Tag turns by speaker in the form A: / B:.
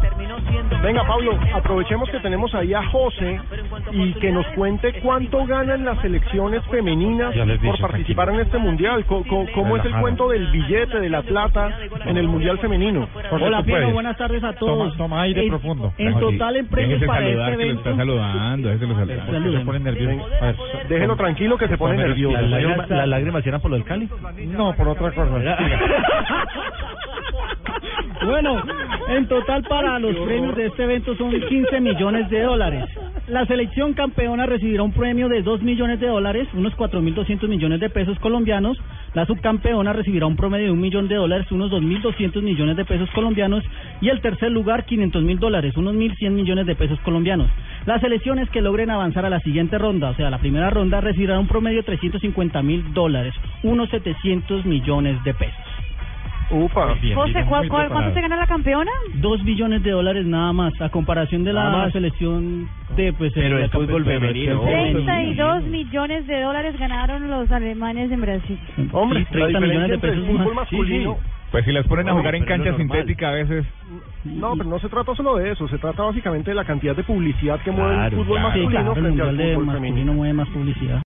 A: terminó siendo
B: Venga, Pablo, aprovechemos que tenemos ahí a José y que nos cuente cuánto ganan las selecciones femeninas
C: Ya les dije,
B: por participar en este mundial. Co- co- ¿Cómo, es el
C: Relajado.
B: cuento del billete, de la plata en el mundial femenino?
C: Jorge,
D: Hola,
C: tú
D: Piero,
C: puedes.
D: buenas tardes a todos.
C: Toma, toma aire
D: En-
C: profundo.
D: En total, en premios
C: Déjese
D: para
C: saludar,
D: este
C: que lo
D: evento.
C: está saludando. Déjelo saludar.
D: Saluden.
C: Se pone nervioso. A ver,
B: Déjelo tranquilo que se pone
C: Hombre,
B: nervioso.
C: la- la-
D: Lágrima- ¿Las lágrimas eran por lo del Cali?
C: No, por otra cosa. Siga.
D: Bueno, en total para los premios de este evento son 15 millones de dólares. La selección campeona recibirá un premio de 2 millones de dólares, unos 4.200 millones de pesos colombianos. La subcampeona recibirá un promedio de un millón de dólares, unos 2.200 millones de pesos colombianos. Y el tercer lugar, 500 mil dólares, unos 1.100 millones de pesos colombianos. Las selecciones que logren avanzar a la siguiente ronda, o sea, la primera ronda, recibirán un promedio de 350 mil dólares, unos 700 millones de pesos.
B: Upa.
C: Bien,
A: José,
C: bien,
A: ¿cuál-
C: muy
A: cuál-
C: preparado.
A: ¿cuánto se gana la campeona?
D: Dos billones de dólares nada más, a comparación de
C: Nada
D: la
C: más.
D: selección de pues
C: Pero
D: el
C: el fútbol femenino.
D: femenino.
A: 32 millones de dólares ganaron los alemanes en Brasil.
B: Hombre,
D: Sí,
B: la
D: 30 millones
B: diferencia
D: de
B: entre el
D: pesos
B: fútbol
D: más. Sí,
B: masculino...
C: Pues si las ponen a
B: Oye,
C: jugar en
B: pero es
C: cancha
B: lo normal.
C: sintética a veces.
B: No, pero no se trata solo de eso, se trata básicamente de la cantidad de publicidad que mueve el
C: Claro,
B: fútbol
C: claro.
D: Sí,
B: masculino
D: claro, el
B: frente al
D: mundial de
B: fútbol
D: masculino
B: femenino.
D: mueve más publicidad.